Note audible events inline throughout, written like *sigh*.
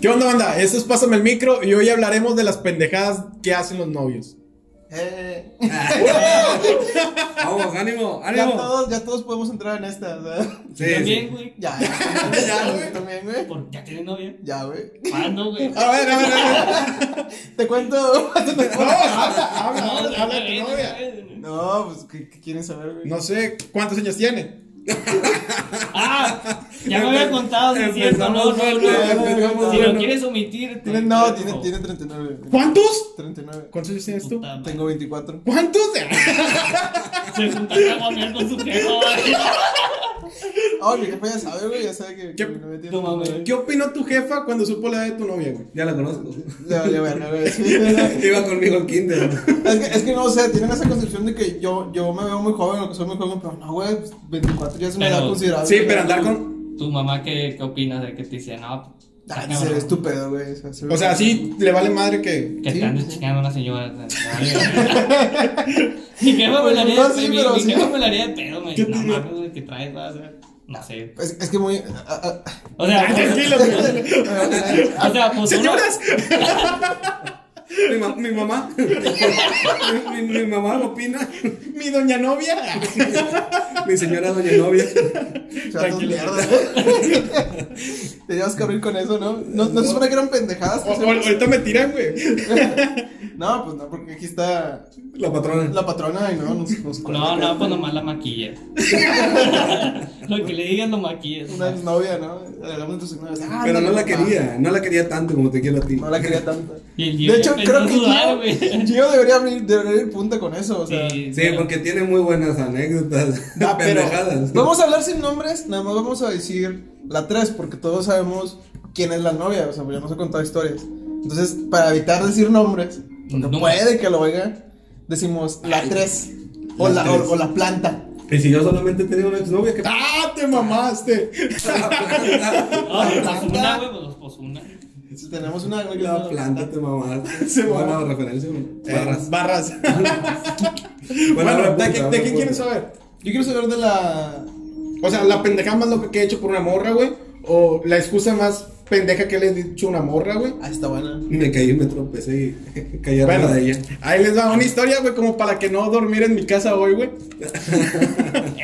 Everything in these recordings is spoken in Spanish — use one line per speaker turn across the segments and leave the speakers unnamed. ¿Qué onda, banda? Esto es Pásame el Micro y hoy hablaremos de las pendejadas que hacen los novios.
Eh,
*laughs* Vamos, ánimo,
ya,
ánimo.
todos, ya todos podemos entrar en esta, o sea,
Sí,
También,
sí.
güey.
*laughs* Ya,
Ya,
ya,
güey.
güey. También, güey.
Por- Ya tienes novia.
Ya, güey.
¿Cuándo, güey?
A ver, a ver, a ver.
Te cuento. *laughs*
No, habla,
No,
habla, habla,
de
habla
una
de tu
vez,
novia.
de una vez.
No, pues, ¿qué, qué quieren saber, güey?
No sé cuántos años tiene.
Ah, ya me había contado, sí es cierto. No,
Empezamos
no, no.
bueno,
empezamos
Si
bueno.
lo quieres omitir,
Tiene, no, tiene, tiene 39. güey.
¿Cuántos?
39.
¿Cuántos años tienes tú?
Tengo 24.
¿Cuántos? *laughs*
Se juntaron a comer con su jefa.
Ah, mi jefe ya sabe, güey, ya sabe que,
¿Qué?
que mi novia tiene
No mames.
39.
¿Qué opinó tu jefa cuando supo la edad de tu novia, güey?
Ya la conozco. *laughs*
Le vale verga, güey. sí. Es
Iba conmigo al kinder.
que, es que no, o sea, tienen esa concepción de que yo, yo me veo muy joven o que soy muy joven, pero no, güey, pues, 24 ya es una
Pero-
edad considerable.
Sí,
güey.
pero andar con.
¿Tu mamá qué, qué opina de que te dice, no? está
Ah,
cabrón,
ser estúpido, güey. ser-
O sea, sí le vale madre
*laughs*
que.
Que
Sí.
te andes chingando a una señora. no, güey. Mi jefa me
Pues
la haría
no,
de
sí,
pedo.
pero
Mi
sí.
jefa me la haría de pedo, me
¿Qué
dice, no
te-
mames, güey, que traes, vas a hacer?" No sé.
Es, es que muy. ah, ah,
O sea,
Tranquilo, güey.
o sea, pues uno-
¡Señoras!
Mi, ma- mi mamá. mi, mi- mi mamá opina.
*laughs* ¡Mi doña novia!
Mi señora doña novia.
Chatos
Tranquilo.
mierda. *laughs* Teníamos que abrir con eso, ¿no? No, no se supone que eran pendejadas.
O- o- *laughs* ahorita me tiran, güey.
No, pues no, porque aquí está
La patrona.
la patrona y no, nos, nos cuelga.
No, no, pues nomás la maquilla. lo que le digan lo maquillas.
Una exnovia, ¿no? Hablamos de tus exnovias. Ah,
Pero no la
pa.
quería. No la quería tanto como te quiero a ti.
No la
*laughs*
quería tanto.
Y el Gio
De hecho,
empezó
creo
a
que
sudar,
Gio,
*laughs* güey.
Gio debería abrir, debería ir punta con eso, o sea.
Sí,
Sí,
pero-
porque tiene muy buenas anécdotas.
*laughs* Ah,
*laughs*
pero
pendejadas.
vamos a hablar sin nombres, nada más vamos a decir la 3, porque todos sabemos quién es la novia, o sea, pues ya nos ha contado historias. Entonces, para evitar decir nombres, porque
No.
puede que lo oiga, decimos la 3 o
La
la, o-
tres.
o la planta.
Y si yo solamente tenía una exnovia, ¿qué
¡Ah, te mamaste!
pasa?
*laughs* Ah, pues una, güey, pues, pues una.
Si tenemos una.
La planta te *laughs* mamaste.
Se mamó.
Buena referencia. güey.
Eh,
Barras.
barras.
Buena
Bueno,
repunta,
¿de, qué,
buena
de qué
repunta.
quieren saber?
Yo quiero saber de la.
O sea, la pendeja más loca que he hecho por una morra, güey. O la excusa más pendeja que le he dicho a una morra, güey.
Ah, está buena.
Me caí, me tropecé y *laughs* caí arriba
Bueno,
de ella.
ahí les va una historia, güey, como para que no dormir en mi casa hoy, güey.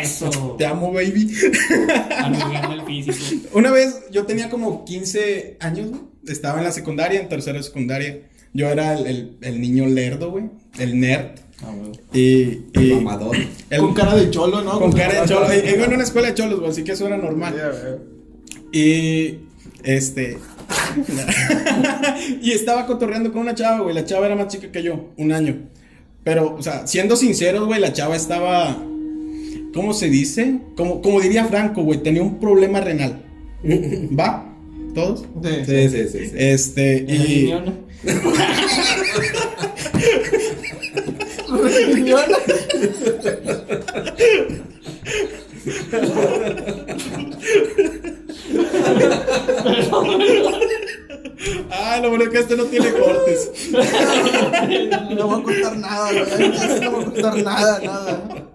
Eso.
Te amo, baby.
*laughs*
*laughs*
Arruinando el físico.
Una vez yo tenía como 15 años, güey. Estaba en la secundaria, en tercera de secundaria. Yo era el, el- el niño lerdo, güey. El nerd. Y. y-
Mamador.
el-
Con cara de cholo, ¿no?
con cara de cholo. Eh,
*laughs*
Iba en una escuela de cholos, güey, así que eso era normal.
Ya, güey.
Y este. *laughs* y estaba cotorreando con una chava, güey. La chava era más chica que yo, un año. Pero, o sea, siendo sinceros, güey, la chava estaba. ¿Cómo se dice? Como, como diría Franco, güey, tenía un problema renal. ¿Va? ¿Todos?
Sí. *laughs*
Sí, sí, sí. sí.
Este, y.
Riñón.
Riñón.
Ah, lo bueno que este no tiene cortes.
No va a costar nada, güey. No va a costar nada, nada.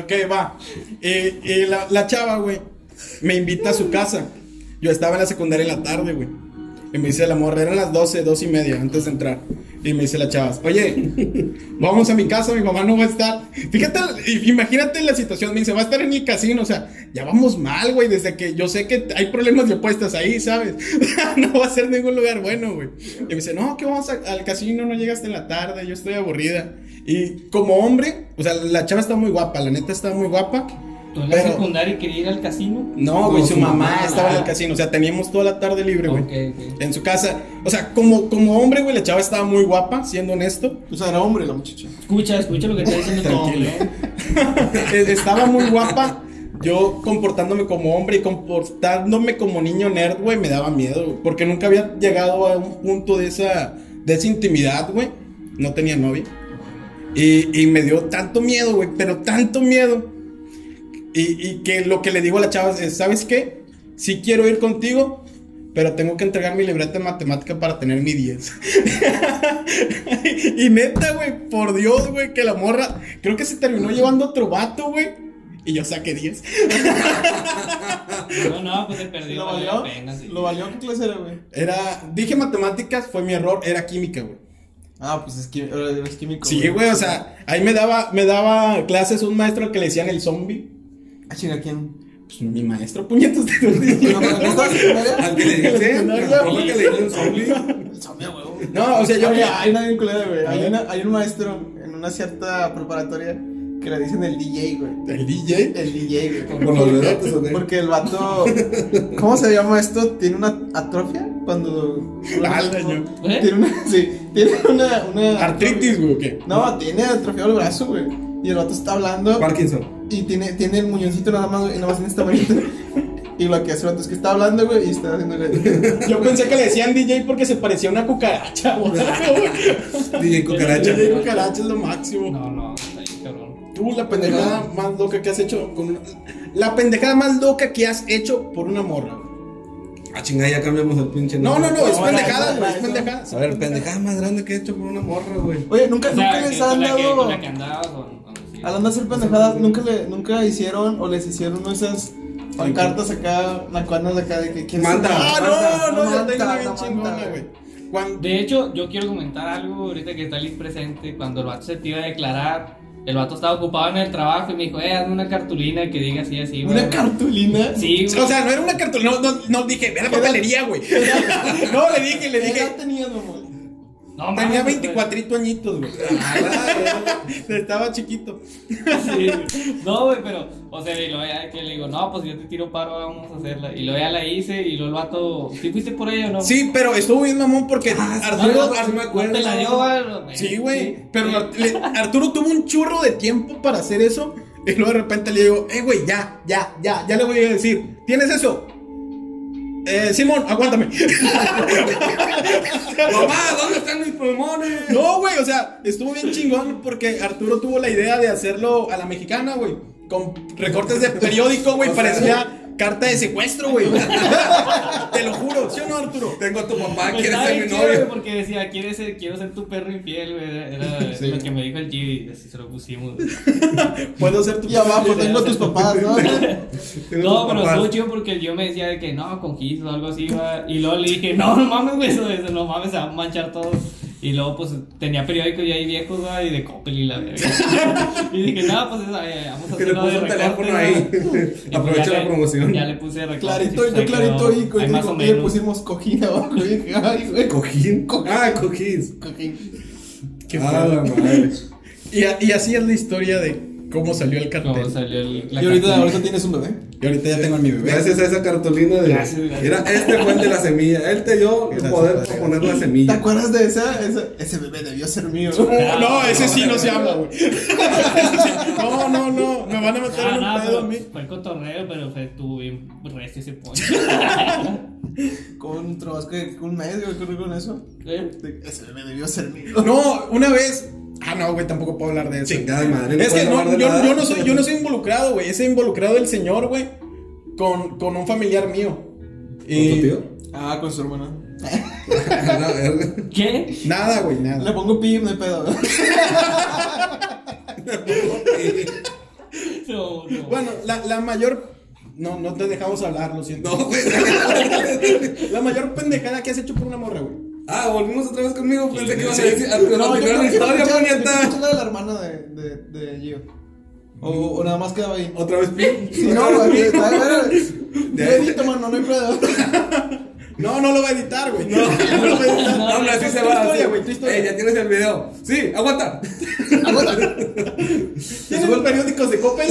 Ok, va. Y, y la, la chava, güey, me invita a su casa. Yo estaba en la secundaria en la tarde, güey. Y me dice la morra, eran las 12, 2 y media antes de entrar. Y me dice la chava, oye, vamos a mi casa, mi mamá no va a estar. Fíjate, i- imagínate la situación, me dice, va a estar en el casino, o sea, ya vamos mal, güey, desde que yo sé que hay problemas de apuestas ahí, ¿sabes? *laughs* no va a ser ningún lugar bueno, güey. Y me dice, no, que vamos a- al casino, no llegaste en la tarde, yo estoy aburrida. Y como hombre, o sea, la chava está muy guapa, la neta está muy guapa.
¿Tú en la
Pero-
secundaria querías ir al casino?
No,
No,
güey, su,
su
mamá,
mamá.
estaba en el casino, o sea, teníamos toda la tarde libre, güey.
Ok, ok.
En su casa, o sea, como, como hombre, güey, la chava estaba muy guapa, siendo honesto.
O sea, era hombre la muchacha.
Escucha, escucha lo que está diciendo todo,
Tranquilo.
güey.
*laughs* Eh, Estaba muy guapa. Yo comportándome como hombre y comportándome como niño nerd, güey, me daba miedo, güey, porque nunca había llegado a un punto de esa, de esa intimidad, güey. No tenía novia. Y, y me dio tanto miedo, güey, pero tanto miedo. Y, y que lo que le digo a la chava es, ¿sabes qué? Sí quiero ir contigo, pero tengo que entregar mi libreta de matemática para tener mi 10. *laughs* y neta, güey, por Dios, güey, que la morra, creo que se terminó llevando otro vato, güey. Y yo saqué 10.
No, no, pues te perdí.
¿Lo
valió
valió?
la pena, sí.
¿Lo valió? ¿Qué clase era, güey?
Era, dije matemáticas, fue mi error, era química, güey.
Ah, pues es, quimi- eh, es químico.
Sí, güey, o sea, ahí me daba, me daba clases un maestro que le decían el zombie.
Ah, chinga, ¿quién?
Pues mi maestro, puñetos de
¿No, no, no estabas en secundaria?
Al que Ah, le dicen,
No,
al que le dicen zombie.
El zombie, güey.
No, o sea, yo
Oye,
ya.
hay nadie culero, güey. Hay,
A ver.
una- hay un maestro en una cierta preparatoria que le dicen el DJ, güey.
El DJ.
El DJ, güey.
Con los dedotes, ¿o qué?
Porque el vato. ¿Cómo se llama esto? Tiene una atrofia cuando.
Ala, Ah, yo.
¿Eh?
Tiene una. Sí, tiene una. una
Artritis, güey, ¿o qué?
No, tiene atrofiado el brazo, güey. Y el vato está hablando.
Parkinson.
Y tiene, tiene el muñoncito nada más, güey, y nada más en esta manita. Y lo que hace el vato es que está hablando, güey, y está
*laughs*
haciéndole.
Yo pensé que le decían DJ porque se parecía a una cucaracha, güey. *laughs*
DJ Cucaracha.
DJ cucaracha es lo máximo.
No, no, está ahí, cabrón.
Tú, la pendejada más loca que has hecho con una- La pendejada más loca que has hecho por una morra. güey.
Ah, chingada, ya cambiamos el pinche.
No, no,
nombre.
no, es
No,
pendejada,
no,
güey, es
no,
pendejada.
A ver, pendejada más grande que he hecho por una morra,
*laughs*
güey.
Oye, nunca,
O sea,
nunca
que-
les
con
han
la que-
dado.
con la que andabas o- o sí.
Hablando de hacer pendejadas, nunca le, nunca hicieron o les hicieron esas pancartas acá, macuanas acá de que quieres.
Manda.
Ah,
Manta,
no, no, yo
manta,
tengo una bien
manta,
chingona,
güey.
güey. Cuando-
De hecho, yo quiero comentar algo ahorita que está Liz presente. Cuando el vato se te iba a declarar, el vato estaba ocupado en el trabajo y me dijo, eh, hazme una cartulina que diga así, así, güey.
Una cartulina.
Sí, güey.
O sea, no era una cartulina, no, no, no dije, ve a la papelería, güey. *laughs* No, le dije, le
¿Qué
dije.
edad tenías, mamón?
No,
Tenía
mames, *laughs*
24 añitos, güey. Estaba chiquito.
güey. Sí. No, güey, pero, o sea, y luego ya que le digo, no, pues yo te tiro paro, vamos a hacerla. Y luego ya la hice y luego el vato, ¿sí fuiste por ella o no?
Sí, pero estuvo bien mamón porque Arturo.
Arturo,
Ar-
me acuerdo. Te la dio, güey.
Ah, Sí, güey.
Sí.
Pero Ar- le- Arturo tuvo un churro de tiempo para hacer eso. Y luego de repente le digo, eh, güey, ya, ya, ya, ya le voy a decir, ¿tienes eso? Eh, Simón, aguántame. *laughs*
Mamá, ¿dónde están mis pulmones?
No, güey, o sea, estuvo bien chingón porque Arturo tuvo la idea de hacerlo a la mexicana, güey. Con recortes de periódico, güey,
O sea,
parecía carta de secuestro, güey. Te lo juro, ¿sí o no, Arturo?
Tengo a tu papá,
Pues
¿quieres
estaba
ser mi
bien chido, güey,
novio?
Porque decía, ¿quieres ser, quiero ser tu perro infiel, güey. Era, era
Sí.
lo que me dijo el G, así se lo pusimos. güey.
Puedo ser tu
Y abajo tengo a tus papás, ¿no?
Tengo
No,
tus
pero
papás.
estuvo chido porque yo me decía de que no, con Kiss o algo así, va. Y luego le dije, no, no mames, güey, eso, eso, no mames, se va a manchar todo. Y luego, pues, tenía periódicos y ahí viejos, va, y de Coppel y la
*laughs*
verga. y dije, no, pues, esa, eh, vamos a
Que le
hacerlo de
puso el teléfono
recorte,
ahí.
va". *laughs* Y pues,
*laughs* Aprovecha
ya
la
le-
promoción.
Ya le puse
*laughs*
recorte.
Clarito,
y pues,
yo
ahí
clarito
quedó.
y
Ahí más o
con- y le
menos.
pusimos cojín abajo. *laughs* y dije, Ay, güey.
¿Cojín? Ah, cojín.
Cojín.
Qué
ah, la
padre.
madre.
Y, a- y así es la historia de cómo salió el cartel.
Como salió el, la
Y ahorita,
cartulina.
ahorita tienes un bebé.
Y ahorita ya tengo a mi bebé.
Gracias a esa cartulina de.
Gracias, gracias.
Mira, este fue el de la semilla. Él te dio el
Gracias,
poder
padre.
para poner la
¿Te
semilla.
acuerdas de esa? Esa- Ese bebé debió ser
*laughs*
mío.
Oh, *laughs* no, ese sí no se habla, güey. *laughs* Ese sí, No, no, no. Me van a meter
Ah,
en
no,
un pedo a
pero
mí.
Fue el cotorreo, pero fue, estuvo bien recio ese pollo. *laughs*
Con un trozo que un mes, güey, ocurrió con eso.
Eh,
De- Ese bebé debió ser mío.
No, una vez. Ah, no, güey, tampoco puedo hablar de eso.
Chingada madre.
Es que
puedes
no,
hablar de
yo,
nada.
yo no soy, yo no soy involucrado, güey. Ese involucrado el señor, güey, con, con un familiar mío.
¿Con tu *laughs* tío?
Ah, con su hermana.
A Ah, la verga.
¿Qué?
Nada, güey,
Le
nada.
pongo pi, no hay pedo.
*laughs*
No, no.
Bueno, la, la mayor. No, no te dejamos hablar, lo siento. *laughs*
No, güey.
La mayor pendejada que has hecho por una morra, güey.
Ah, volvimos otra vez conmigo. Pensé que ibas a
Sí.
decir. A tu
No, yo creo
la
que
historia,
escuchaba- yo creo que
puñeta.
escuchaba de la hermana de, de, de Gio. O,
Mm.
o nada más quedaba ahí.
Otra vez, Pi.
*laughs*
Si
*laughs*
no, güey, está- era-
De
yo
ahí.
edito, mano, no hay
*laughs*
pedo.
No, no lo va a editar, güey. No, *laughs* no lo va a editar.
No, hombre, así
Tu-
se
tu
va.
historia,
así.
güey, tu historia.
Eh, ya tienes el video. Sí, aguanta. *laughs*
¿Tienes los periódicos de Coppel?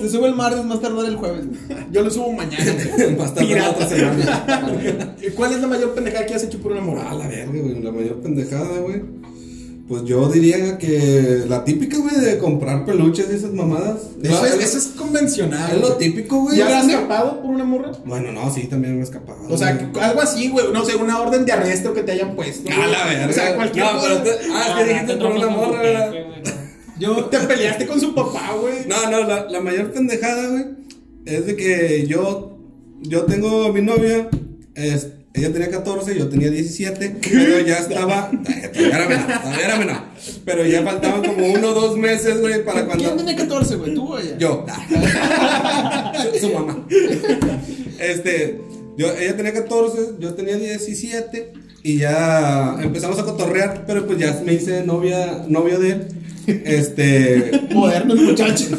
Se sube el martes, más tardar el jueves.
*laughs* Yo lo subo mañana. güey.
Más tarde la otra semana.
¿Y ¿Cuál es la mayor pendejada que has hecho por una morra?
A Ah, la verga, güey. La mayor pendejada, güey. Pues yo diría que la típica, güey, de comprar peluches y esas mamadas.
Eso,
No,
es,
es-
eso es convencional.
es lo
güey.
típico, güey.
¿Ya has escapado por una morra?
Bueno, no, sí, también me he escapado.
O sea,
güey.
algo así, güey. No sé, una orden de arresto que te hayan puesto.
A Ah, la verga.
O sea, cualquier
No,
cosa.
pero te- ah, es que dijiste por una morra, ¿verdad?
Yo- te peleaste con su papá, güey.
No, no, la, la mayor pendejada, güey, es de que yo, yo tengo a mi novia, es- Ella tenía 14, yo tenía 17, pero ya estaba. Todavía era menor, todavía era menor. Pero ya faltaban como uno o dos meses, güey, para
¿Quién
Ah, cuando.
tenía 14, güey? ¿Tú o ella?
Yo. *laughs* Su- Su mamá. Este, yo, ella tenía 14, yo tenía 17 y ya empezamos a cotorrear, pero pues ya me hice novia, novio de él. Este,
Modernos
*laughs*
muchachos.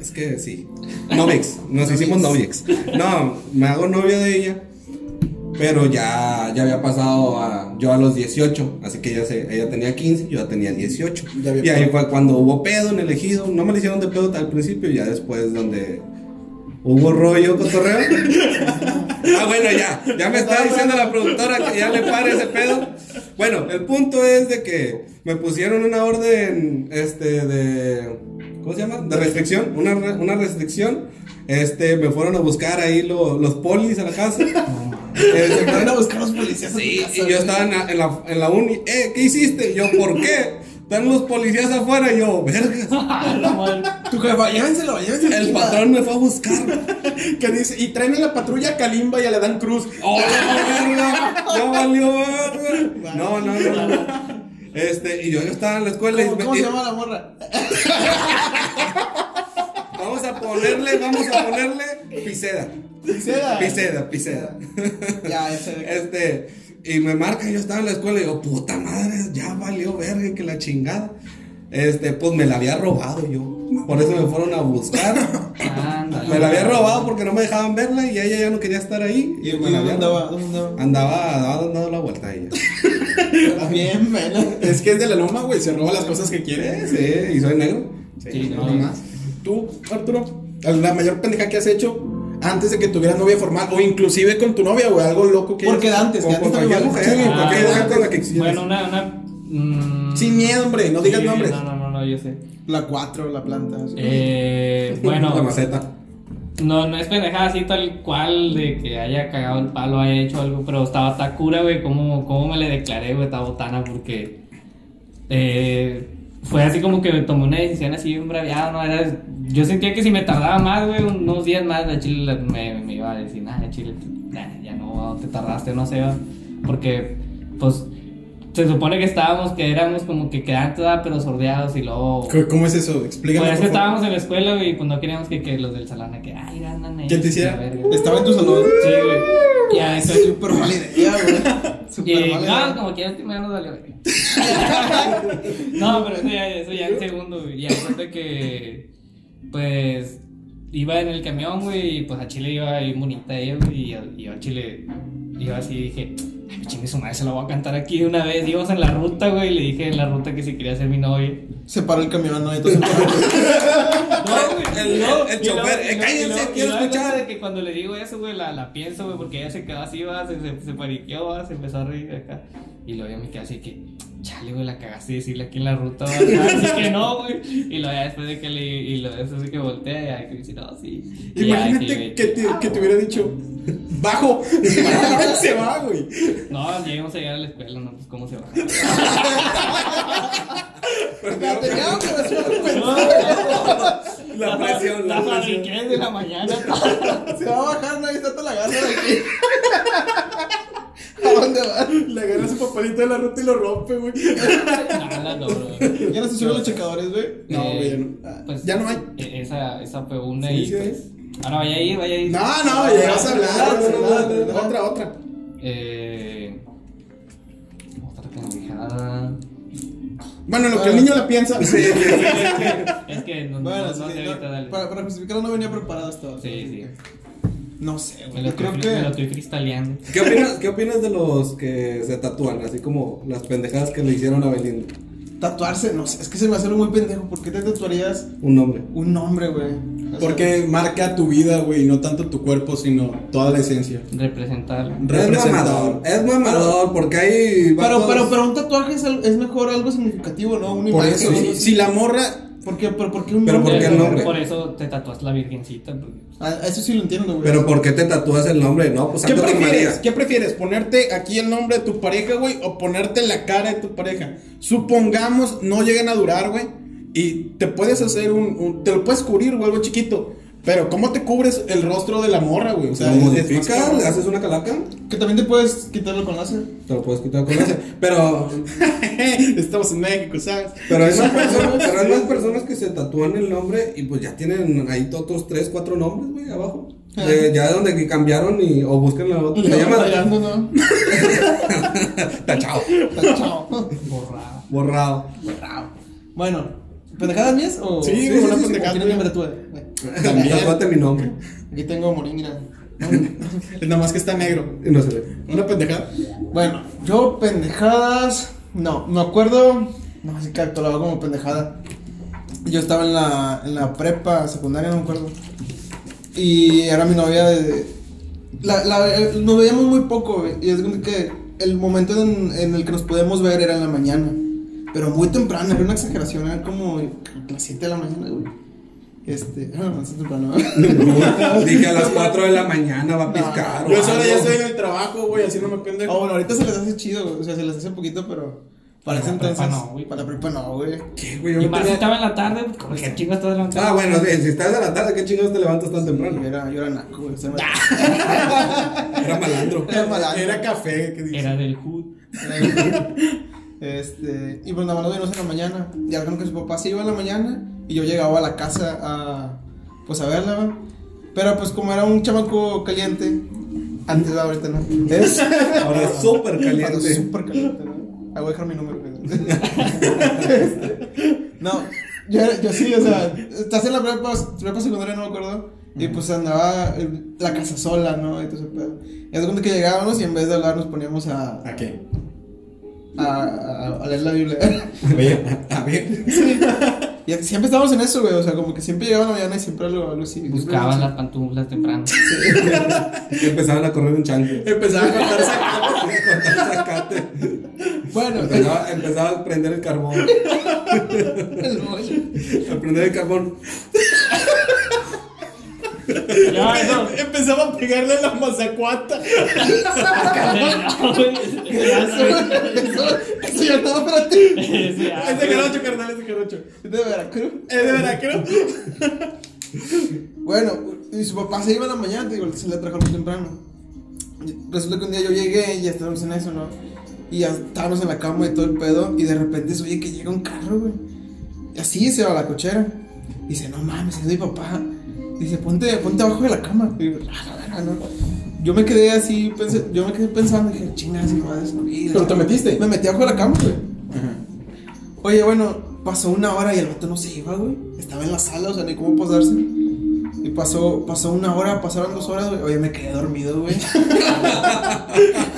es que sí. Novex, nos hicimos novex. No, me hago novia de ella. Pero ya, ya había pasado a, yo a los 18, así que ella, se, ella tenía 15, yo ya tenía 18.
Ya había
y ahí
pedo.
fue cuando hubo pedo en el ejido. No me lo hicieron de pedo al principio, ya después donde hubo rollo cotorreo. ah, bueno, ya, ya me está diciendo la productora que ya le pare ese pedo. Bueno, el punto es de que me pusieron una orden este, de. ¿Cómo se llama? De restricción, una, re- una restricción. Este, me fueron a buscar ahí lo- los polis a la casa.
Se
Este,
fueron a buscar los policías. a
Sí,
tu casa,
y yo
güey.
estaba en la, en la- en la uni. Eh, ¿qué hiciste? Y yo, ¿por qué? Están los policías afuera. Y yo, verga.
La madre.
Tu jefa, llévenselo, llévenselo.
El patrón me fue a buscar.
Que dice, y traen a la patrulla Kalimba y a la Dan Cruz.
*laughs*
¡Oh, verga! Ya valió verga. No, no, no. no. Este, y yo, yo estaba en la escuela. y
¿Cómo,
me-
cómo
y-
se llama la morra?
Vamos a ponerle, vamos a ponerle piseda.
Piceda.
Piseda, piseda.
Ya, ese.
Este, y me marca, yo estaba en la escuela y digo, puta madre, ya valió verga que la chingada. Este, pues me la había robado yo. Por eso me fueron a buscar.
Ándale.
Me la había robado porque no me dejaban verla y ella ya no quería estar ahí. Y me la
¿Dónde
había
andaba?
robado.
¿Dónde andaba? Ah,
Andaba, andaba dando la vuelta a ella.
Bien, bueno.
Es que es de la loma, güey. Se roba las cosas que quiere.
Eh, sí, y soy negro.
Sí,
no,
no.
más. Tú, Arturo, la mayor pendeja que has hecho antes de que tuvieras novia formal o inclusive con tu novia, güey. Algo loco que.
Porque
hayas-
antes, que
O
antes
con
también.
cualquier mujer,
Sí,
con cualquier
ah,
mujer con la que quisieras.
Bueno, una. una mm,
Sin miedo, hombre. No digas
sí,
nombres.
No, no, no, no, yo sé.
La 4, la planta.
Eh, bueno,
La maceta.
no, no es pendejada así tal cual de que haya cagado el palo, haya hecho algo, pero estaba Takura, güey, ¿cómo, cómo me le declaré, güey, esta botana? Porque eh, fue así como que me tomé una decisión así bien braviada, ¿no? Era, yo sentía que si me tardaba más, güey, unos días más, la Chile la- me, me iba a decir, nada, Chile, nah, ya no, te tardaste, no sé, va". porque, pues, se supone que estábamos, que éramos como que quedantes, ¿va? pero sordeados y luego...
¿Cómo- ¿Cómo es eso? Explícame.
Pues es que
por favor.
estábamos en la escuela, güey, y pues no queríamos que, que los del salón, de que, ay, andan ahí.
¿Quién te este- hiciera?
la verga".
Estaba en tu salón.
Sí, güey. Ya,
Esa
eso
es súper mala idea, güey. Súper
Y
mala
no,
idea.
como que ya me nos
*laughs*
valió, güey. No, pero eso ya, eso ya en segundo, güey. Ya cuenta que, pues, iba en el camión, güey, y pues a Chile iba bien bonita ella, güey, y yo, y yo a Chile iba así y dije, ay, me chingue su madre, se la voy a cantar aquí de una vez. Íbamos en la ruta, güey, y le dije en la ruta que si quería ser mi novia.
Se paró el camión, no, entonces.
El-
Y luego-
el chofer,
y luego- y
eh,
luego-
cállense,
y luego-
quiero
y luego
escuchar.
de que cuando le digo eso, güey, la, la pienso, güey, porque ella se quedó así, va, se, se, se paniqueó, va, se empezó a reír acá. Y luego yo me quedé así que, chale, güey, la cagaste de decirle aquí en la ruta, va, así que no, güey. Y luego ya después de que le, y luego eso así que voltea, ya que me dice, no, sí. Y ya,
Imagínate
sí,
que te, que te hubiera dicho. Bajo. *laughs* Se va, güey.
güey. No, llegamos a llegar a la escuela, no, pues cómo se va.
La tenía, pero se
La presión,
*laughs*
la presión.
paniqué de la mañana.
Se va a bajar, nadie está te la gana de aquí. ¿A dónde va?
Le agarra su papelito de la ruta y lo rompe, güey.
Nada, no, güey.
¿Ya no se suben los checadores, güey?
No,
Eh,
güey, ya no.
pues,
Ya no hay.
e- Esa, esa fue una
Sí,
y
sí
pues. Ah, no, vaya a ir, vaya a ir.
No, no, ya vas a hablar. no, no, no, no, no. Otra, otra.
Eh. Otra pendejada.
Bueno, lo que el niño la *laughs* piensa.
Sí, sí, sí.
Es que no, no,
Bueno,
no
sí,
sé
no,
ahorita, dale.
para, para justificarlo no venía preparado hasta ahora.
Sí, sí.
No sé,
Me
güey.
lo,
Yo creo
estoy, me lo
que.
estoy cristaleando.
¿Qué opinas, ¿Qué opinas de los que se tatúan? Así como las pendejadas que le hicieron a Belinda.
Tatuarse, no sé. Es que se me hace algo muy pendejo. ¿Por qué te tatuarías
Un nombre.
un nombre, güey? O sea,
Porque marca tu vida, güey, no tanto tu cuerpo, sino toda la esencia.
Representar.
Es
Representador.
mamador. Es mamador porque hay.
Pero,
vatos-
pero, pero un tatuaje es, al- es mejor algo significativo, ¿no? Una
Por
imagen,
eso,
¿no?
si, si la morra.
¿Por qué, pero, ¿por qué un
Pero,
nombre?
¿por qué el nombre?
Por eso te tatuaste la virgencita. porque-
Ah, eso sí lo entiendo, güey.
Pero ¿por qué te tatúas el nombre? No, pues
¿Qué
Santa
prefieres?
María.
¿Qué prefieres? ¿Ponerte aquí el nombre de tu pareja, güey? ¿O ponerte la cara de tu pareja? Supongamos no llegan a durar, güey. Y te puedes hacer un. un- te lo puedes cubrir, güey, algo chiquito. Pero, ¿cómo te cubres el rostro de la morra, güey? O sea,
Lo
es- es más
modificas,
cabrón.
le haces una calaca,
Que también te puedes quitarlo con láser.
te lo puedes quitar con ese. Pero,
*laughs* Estamos en México, ¿sabes?
pero hay más personas, pero hay más personas que se tatúan el nombre y pues ya tienen ahí otros 3, 4 nombres, güey, abajo. Eh, ya de donde que cambiaron y, o buscan la otra. Pues Se llama
Rayando, ¿no?
tachao.
Chao.
Borrado.
*laughs* Borrado.
Bueno, ¿pendejadas mías o...?
Sí, güey,
o
una
o
pendejada.
¿Quieren que me tatúe? Güey,
También.
Tatúate mi nombre.
Aquí tengo moringa.
Es nada más que está negro.
Y no se ve.
Una pendejada.
Bueno, yo pendejadas. No, me acuerdo. No, sí que actuaba como pendejada. Yo estaba en la, en la prepa secundaria, no me acuerdo. Y era mi novia de. La, la- eh, nos veíamos muy poco, güey, y es como que el momento en, en el que nos podíamos ver era en la mañana. Pero muy temprano, era una exageración, era como las 7 de la mañana, güey. Este, ah, no, es temprano.
*laughs*
*laughs*
Dije a las 4 de la mañana va a piscar. o
Yo solo ya
algo.
estoy en el trabajo, güey, haciéndome
Ah,
pendejo.
bueno, ahorita se les hace chido, güey. O sea, se les hace poquito, pero. Para
Para
ese
la prepa
entonces.
no, güey.
Para la prepa no, güey.
¿Qué, güey? Yo
Y
me
más si
tenía-
estaba en la tarde, pues, como que chingas todo adelantado.
Ah, bueno, si si estás a la tarde, ¿qué chingados te levantas tan
Yo
temprano?
era, yo era naco, güey. o sea, me-
Era malandro.
Era malandro.
Era café, ¿qué dices?
Era del Hood.
*laughs* este. Y pues nada más nos vimos en la mañana. Y algo que su papá se iba en la mañana. Y yo llegaba a la casa a. Pues a verla, güey. Pero pues como era un chamaco caliente. Antes, ahorita no. Es.
Ahora es súper
Cuando
caliente.
súper caliente, ¿no? Ah, voy a dejar mi número. güey. no, yo, yo sí, o sea, estás en la prepa, prepa secundaria, no me acuerdo. Y pues andaba eh, la casa sola, ¿no? Y todo ese pedo. Y es cuando que llegábamos y en vez de hablar nos poníamos a,
¿A qué?
a, a- a leer la Biblia. *laughs*
Oye, a
*laughs*
ver.
y siempre estábamos en eso, güey. O sea, como que siempre llegaba la mañana y siempre algo, algo así.
Buscaban las pantuflas temprano.
Y empezaban a correr un chango.
Empezaba a cortarse.
Cortar zacate.
Bueno, *laughs*
*laughs* Empezaba, empezaba a prender el carbón. A prender el carbón.
Ya,
*laughs*
eso. *laughs*
Empezaba a pegarle la mazacuata.
No, güey. Eso *laughs*
eso, eso ya estaba para ti.
ya,
Es de Jarocho, carnal, es de Jarocho.
De Veracruz.
Es de Veracruz.
Bueno, y su papá se iba en la mañana, te digo, se le trajo muy temprano. Resulta que un día yo llegué y ya estábamos en eso, ¿no? Y ya estábamos en la cama y todo el pedo, y de repente se oye que llega un carro, güey. Y así se va a la cochera. Y dice, no mames, es mi papá. Dice, ponte, ponte abajo de la cama. Y yo, "Ah, la verga, ¿no?". Yo me quedé así, pensé- yo me quedé pensando, dije, chingas, hijo de su vida".
Pero te metiste.
Me metí abajo de la cama, güey. Oye, bueno, pasó una hora y el vato no se iba, güey. Estaba en la sala, o sea, ni cómo pasarse. Y pasó, pasó una hora, pasaron dos horas, güey. Oye, me quedé dormido,
*laughs*
güey.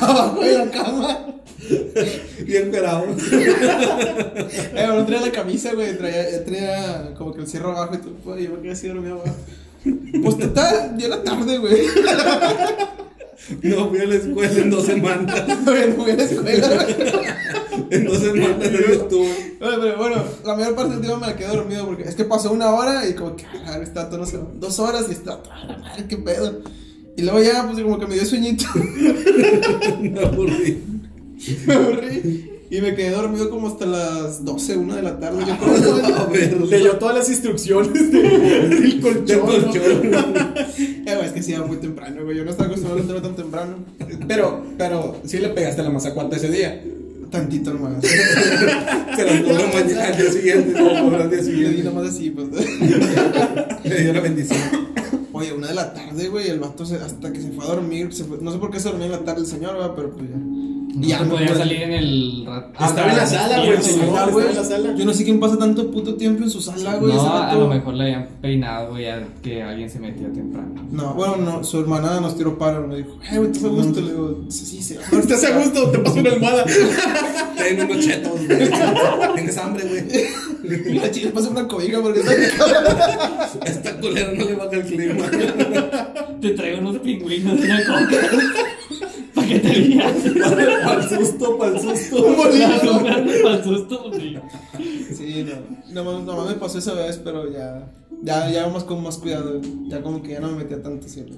Abajo de la cama.
Bien pelado.
Eh, no traía la camisa, güey. Traía, eh, traía como que el cierre abajo y todo. Oye, yo me quedé así dormido abajo. Pues total, ya era tarde, güey. *laughs*
No fui a la escuela en dos semanas.
Todavía no voy a la escuela, güey.
En dos semanas yo estuve.
Bueno, pero bueno, la mayor parte del tiempo me la quedé dormido porque es que pasó una hora y como que, ah, está todo, no sé, dos horas y está toda la madre, qué pedo. Y luego ya, pues como que me dio sueñito, *laughs*
Me aburrí.
me aburrí y me quedé dormido como hasta las 12, una de la tarde. Yo
*laughs*
creo.
A ver.
Leyó todas las instrucciones de- del colchón.
De
¿no?
colchón.
Eh, güey, es que sí, era muy temprano, güey. Yo no estaba acostumbrado a entrar tan temprano.
Pero, pero, sí le pegaste la mazacuata ese día.
Tantito nomás. *laughs*
Se las cobró mañana al día siguiente. Se las cobró al día
Y le di
siguiente.
nomás así, pues. *laughs*
Le dio la bendición.
Oye, una de la tarde, güey, el vato se- hasta que se fue a dormir. se fue- no sé por qué se dormía en la tarde el señor, güey, pero pues ya.
No
ya
se
me
podía
acuerdo.
salir en el. ra-
Estaba en la sala,
despierto,
güey,
Sí,
chingón.
ah,
estaba
güey.
en la sala.
Yo no sé quién pasa tanto puto tiempo en su sala, güey. ese
No, a
vato.
lo mejor le habían peinado, güey, a que alguien se metía temprano.
No, bueno, no, su hermana nos tiró paro, me dijo, eh, güey, ¿estás a gusto? Le digo, sí, sí, *laughs* sí.
No estás a gusto, te pasó una almohada.
Ten unos chetos, güey. Tienes hambre, güey.
Y la chica pasa una cobija porque está en mi cama.
Esta culera no le baja el clima.
Te traigo unos pingüinos de una *laughs* coca. Para que te veas.
Para el susto, para el susto.
Un bolillo.
Para susto, sí.
Sí, no. Nomás, nomás me pasó esa vez, pero ya. Ya, ya vamos con más cuidado, güey. ya como que ya no me metía tanto siempre.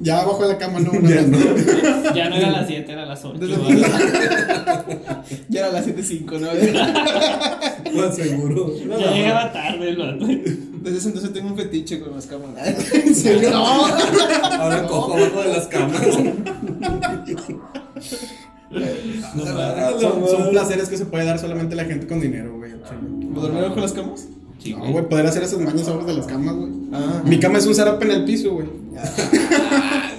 Ya abajo de la cama, no, no,
Ya
no.
Ya no era las 7, era las 8.
Desde- *laughs* Ya era las 7.05, ¿no?
Lo seguro.
Ya llegaba tarde, lo
Desde ese entonces tengo un fetiche con las *laughs* cámaras.
Ahora cojo abajo de las camas.
Son, son placeres que se puede dar solamente la gente con dinero, güey. al chile.
¿Dormir con las camas?
Sí,
No, güey, poder hacer esas mañas abajo de las camas, güey.
Ah.
Mi cama es un zarape en el piso, güey.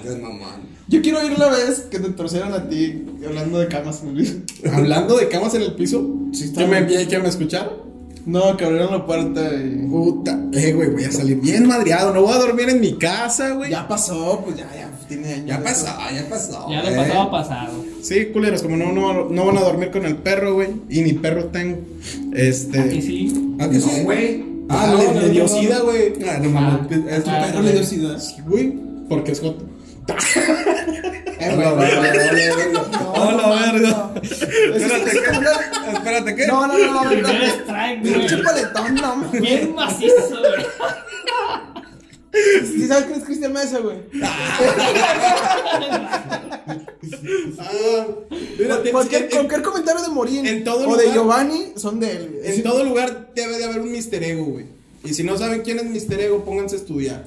Es mamá.
Yo quiero ir la vez que te torcieron a ti hablando de camas. güey.
Hablando de camas en el piso,
Sí, está
que me,
bien.
que me escucharon.
No, que abrieron la puerta y...
Puta, eh, güey, voy a salir bien madreado. No voy a dormir en mi casa, güey.
Ya pasó, pues ya, ya tiene años.
Ya
de
pasó,
eso.
ya pasó.
Ya
eh.
le pasaba pasado.
Sí, culeros, como no, no, no van a dormir con el perro, güey. Y ni perro tengo.
Y
Este.
sí.
Ah, que sí.
Ah,
Ah,
le,
no,
le
no,
dio
no,
sida,
no.
güey.
Ah, no mames.
Ah,
Es tu
ah,
perro
Pero
le
le
dio
dio sida.
sida.
Sí, güey. Porque es joto.
Eh,
Hola,
güey.
verga. Hola, verga. Espérate, ¿qué? Espérate, ¿qué?
No, no, no, no.
Primer
no.
strike,
Pinche
güey.
paletón, no mames.
Bien macizo, güey.
¿Sí sabes quién es Cristian Mesa, güey?
Ah, mira, tienes
Cualquier,
que- en,
cualquier comentario de Morín
en todo
o
lugar-
de Giovanni son de él. güey.
en
Sí.
todo lugar debe de haber un mister ego, güey. Y si no saben quién es mister ego, pónganse a estudiar.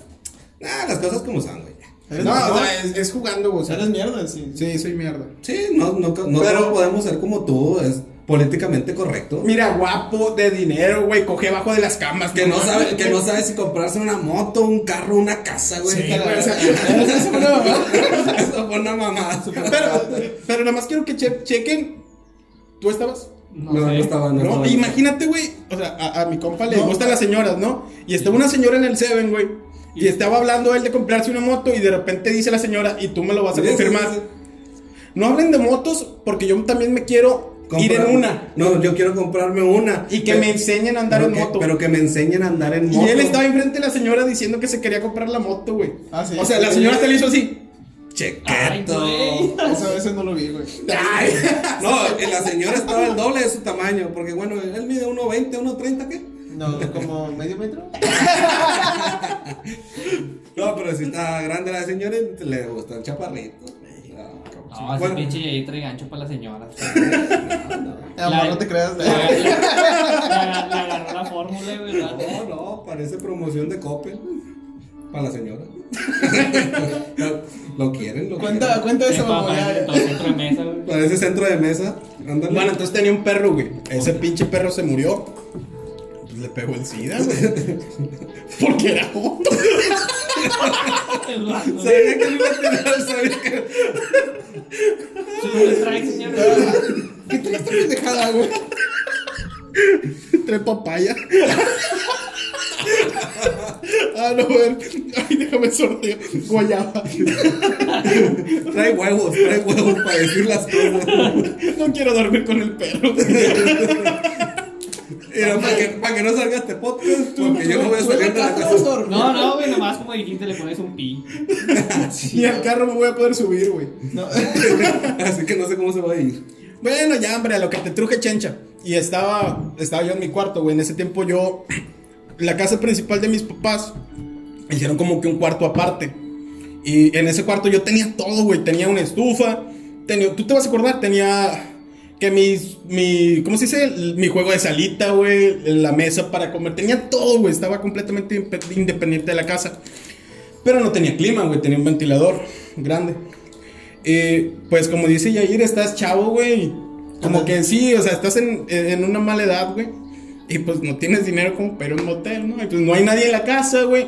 Ah, las cosas como son, güey.
No,
Eres
o
mamón.
sea, es, es jugando, güey. o sea,
Eres mierda, sí.
Sí, soy mierda.
Sí, no, no, no
Pero-
todos podemos ser como tú, es políticamente correcto.
Mira, guapo, de dinero, güey. Coge bajo de las camas.
Que no sabe, que no sabe si comprarse una moto, un carro, una casa, güey.
Sí,
*laughs* Que la-
güey, o sea,
Eso fue una mamá. Eso fue una mamá.
Pero, pero nada más quiero que che- chequen. ¿Tú estabas?
No,
No, no
sé.
estaba, no
No,
estaba.
imagínate, güey. O sea, a, a mi compa le
No.
gustan las señoras, ¿no? Y estaba una señora en el Seven, güey. Y estaba hablando él de comprarse una moto y de repente dice la señora, y tú me lo vas a
Sí, sí, sí,
confirmar. No hablen de motos porque yo también me quiero ir
Comprar-
en una.
No, yo quiero comprarme una.
Y que
Pe-
me enseñen a andar
pero
en
que-
moto.
Pero que me enseñen a andar en moto.
Y él estaba enfrente de la señora diciendo que se quería comprar la moto, güey.
Ah, sí.
O sea, la señora te le hizo así.
Ay,
Chequeto.
güey.
Esa vez no lo vi, güey.
Ay, *laughs* no, la señora estaba el doble de su tamaño, porque bueno, él mide 1.20, 1.30, ¿qué?
No, como medio metro.
No, pero si está grande la señora, le gusta el chaparrito. No,
No, ese
bueno,
pinche y ahí trae gancho para la señora.
Amor, no te creas.
Le
güey.
agarró- le agarró la fórmula, güey.
*laughs*
la neta.
no, no, parece promoción de Coppel para la
*laughs*
señora. lo, lo quieren, lo
Cuenta,
quieren.
cuenta
Es
eso,
papá,
mamá. ya,
entonces, entre
*laughs*
mesa, güey.
Parece centro de mesa. Ándale.
Bueno, entonces tenía un perro, güey. Ese pinche perro se murió. Pues le pegó el SIDA,
*laughs*
güey. Porque era joto.
El vato.
Sabía que lo iba a tener, sabía que-
Primer strike, señora.
¿Qué traes esta pendejada, güey?
Tres papaya. ah, no, güey. Ay, déjame sorteo. Guayaba.
Trae huevos, trae huevos para decir las cosas.
No quiero dormir con el perro.
Era para que, para que no salga este podcast, porque yo no voy a
Tú en la
salir de la
casa
casa.
vas a dormir.
No, no, güey, nomás como dijiste, le pones un pi.
Ni al carro me voy a poder subir, güey.
No.
Así que no sé cómo se va a ir.
Bueno, ya, hombre, a lo que te truje, chencha. Y estaba, estaba yo en mi cuarto, güey. En ese tiempo yo, la casa principal de mis papás, hicieron como que un cuarto aparte. Y en ese cuarto yo tenía todo, güey. Tenía una estufa. Tenía, Tú te vas a acordar, tenía que mis, mi, ¿cómo se dice? El- Mi juego de salita, güey. La mesa para comer. Tenía todo, güey. Estaba completamente impe- independiente de la casa. Pero no tenía clima, güey. Tenía un ventilador grande. Eh, pues como dice Yair, estás chavo, güey. Como que sí, o sea, estás en, en una mala edad, güey. Y pues no tienes dinero como para ir a un motel, ¿no? Y pues no hay nadie en la casa, güey.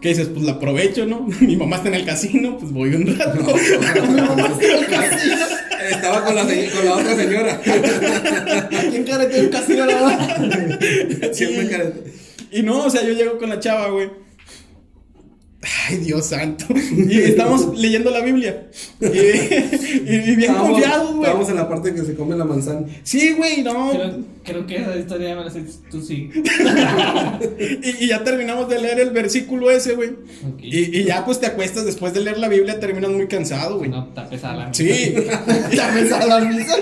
¿Qué dices? Pues la aprovecho, ¿no? *laughs* Mi mamá está en el casino, pues voy un rato.
Estaba con la, se- con la otra señora.
¿Quién carete un casino,
*laughs*
la verdad?
Siempre
Sí. *laughs*
que-
Y no, o sea, yo llego con la chava, güey. Ay, Dios santo. Y estamos leyendo la Biblia. Y, *laughs* y bien
Estábamos-
confiados, güey.
Estábamos en la parte que se come la manzana.
Sí, güey, no.
Creo, creo que esa historia me la sé tú sí.
Y, y ya terminamos de leer el versículo ese, güey.
Ok.
Y, y ya pues te acuestas después de leer la Biblia, terminas muy cansado, güey.
No, está pesada la mesa.
Sí,
Ya me sale la misa.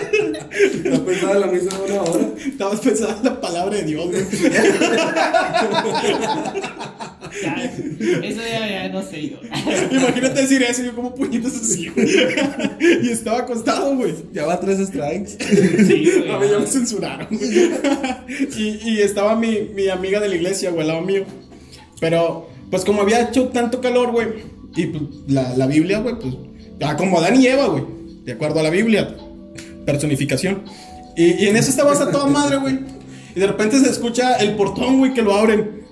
La pensaba la misa de una hora.
estabas pensando en la palabra de Dios, güey.
*laughs* Ya, eso ya, ya no sé yo. *laughs*
*laughs* Imagínate decir eso, yo como puñetas así, güey. *laughs* Y estaba acostado, güey.
Ya va tres strikes.
Sí, güey.
A mí ya me censuraron. *laughs* y, y estaba mi, mi amiga de la iglesia, güey, al lado mío. Pero, pues como había hecho tanto calor, güey, y pues, la, la Biblia, güey, pues, ah, como Adán y Eva, güey, de acuerdo a la Biblia, personificación. Y, y en eso estaba hasta toda madre, güey. Y de repente se escucha el portón, güey, que lo abren.